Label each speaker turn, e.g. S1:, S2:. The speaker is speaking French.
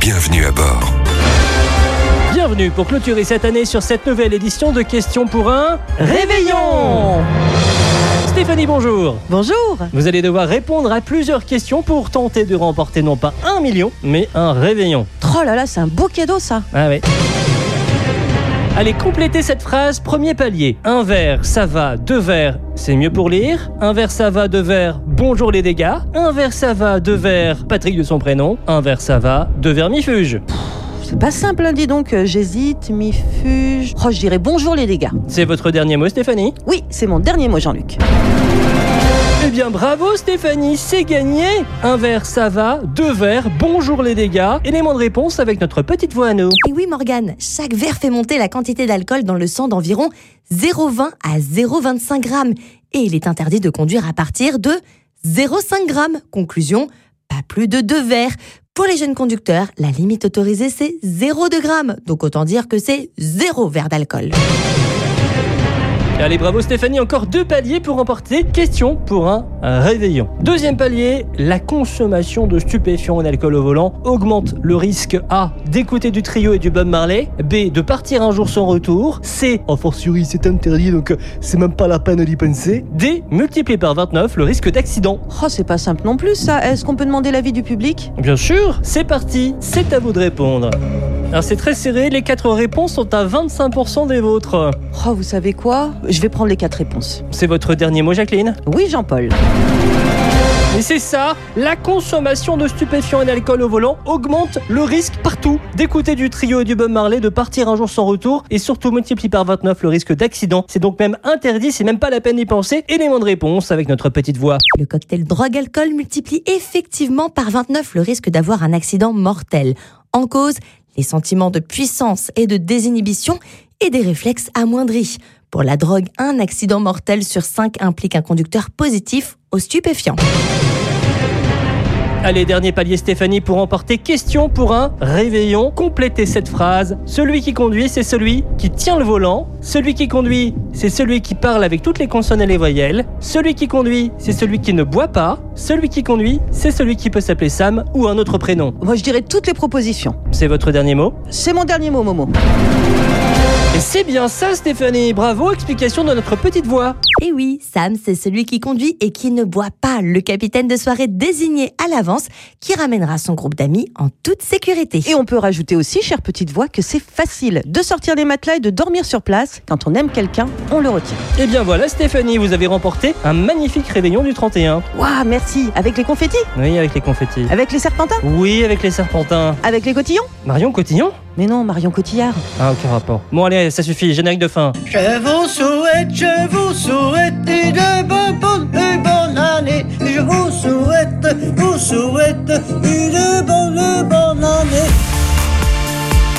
S1: Bienvenue à bord.
S2: Bienvenue pour clôturer cette année sur cette nouvelle édition de Questions pour un Réveillon Stéphanie, bonjour
S3: Bonjour
S2: Vous allez devoir répondre à plusieurs questions pour tenter de remporter non pas un million, mais un réveillon.
S3: Oh là là, c'est un beau cadeau ça
S2: Ah ouais. Allez, complétez cette phrase, premier palier. Un verre, ça va, deux verres, c'est mieux pour lire. Un verre, ça va, deux verres, bonjour les dégâts. Un verre, ça va, deux verres, Patrick de son prénom. Un verre, ça va, deux verres, mi-fuge.
S3: C'est pas simple, hein, dis donc, euh, j'hésite, m'y fuge. Oh, je dirais bonjour les dégâts.
S2: C'est votre dernier mot, Stéphanie
S3: Oui, c'est mon dernier mot, Jean-Luc.
S2: Eh bien bravo Stéphanie, c'est gagné Un verre ça va, deux verres, bonjour les dégâts, élément de réponse avec notre petite voix à nous.
S4: Et oui, Morgane, chaque verre fait monter la quantité d'alcool dans le sang d'environ 0,20 à 0,25 grammes. Et il est interdit de conduire à partir de 0,5 grammes. Conclusion, pas plus de deux verres. Pour les jeunes conducteurs, la limite autorisée, c'est 0,2 grammes. Donc autant dire que c'est zéro verre d'alcool.
S2: Allez bravo Stéphanie, encore deux paliers pour remporter question pour un réveillon. Deuxième palier, la consommation de stupéfiants en alcool au volant augmente le risque A d'écouter du trio et du Bob Marley, B de partir un jour sans retour, C en fortiori c'est interdit donc euh, c'est même pas la peine d'y penser, D multiplié par 29 le risque d'accident.
S3: Oh, c'est pas simple non plus ça. Est-ce qu'on peut demander l'avis du public
S2: Bien sûr, c'est parti, c'est à vous de répondre. Alors c'est très serré, les quatre réponses sont à 25% des vôtres.
S3: Oh, vous savez quoi Je vais prendre les quatre réponses.
S2: C'est votre dernier mot Jacqueline
S3: Oui, Jean-Paul.
S2: Et c'est ça, la consommation de stupéfiants et d'alcool au volant augmente le risque partout d'écouter du trio et du Bob Marley, de partir un jour sans retour et surtout multiplie par 29 le risque d'accident. C'est donc même interdit, c'est même pas la peine d'y penser. Élément de réponse avec notre petite voix.
S4: Le cocktail drogue-alcool multiplie effectivement par 29 le risque d'avoir un accident mortel. En cause, les sentiments de puissance et de désinhibition et des réflexes amoindris. Pour la drogue, un accident mortel sur 5 implique un conducteur positif au stupéfiant.
S2: Allez, dernier palier Stéphanie pour emporter question pour un réveillon. Complétez cette phrase. Celui qui conduit, c'est celui qui tient le volant. Celui qui conduit, c'est celui qui parle avec toutes les consonnes et les voyelles. Celui qui conduit, c'est celui qui ne boit pas. Celui qui conduit, c'est celui qui peut s'appeler Sam ou un autre prénom.
S3: Moi, je dirais toutes les propositions.
S2: C'est votre dernier mot
S3: C'est mon dernier mot, Momo.
S2: Et c'est bien ça Stéphanie. Bravo, explication de notre petite voix.
S4: Et oui, Sam, c'est celui qui conduit et qui ne boit pas, le capitaine de soirée désigné à l'avance, qui ramènera son groupe d'amis en toute sécurité.
S3: Et on peut rajouter aussi, chère petite voix, que c'est facile de sortir des matelas et de dormir sur place. Quand on aime quelqu'un, on le retient.
S2: Et Eh bien voilà Stéphanie, vous avez remporté un magnifique réveillon du 31.
S3: Waouh, merci. Avec les confettis
S2: Oui, avec les confettis.
S3: Avec les serpentins
S2: Oui, avec les serpentins.
S3: Avec les cotillons
S2: Marion Cotillon
S3: Mais non, Marion Cotillard.
S2: Ah, aucun rapport. Bon, allez, ça suffit, générique de fin.
S5: Je vous souhaite, je vous souhaite une bonne, bonne, une bonne année. Je vous souhaite, vous souhaite une bonne, bonne année.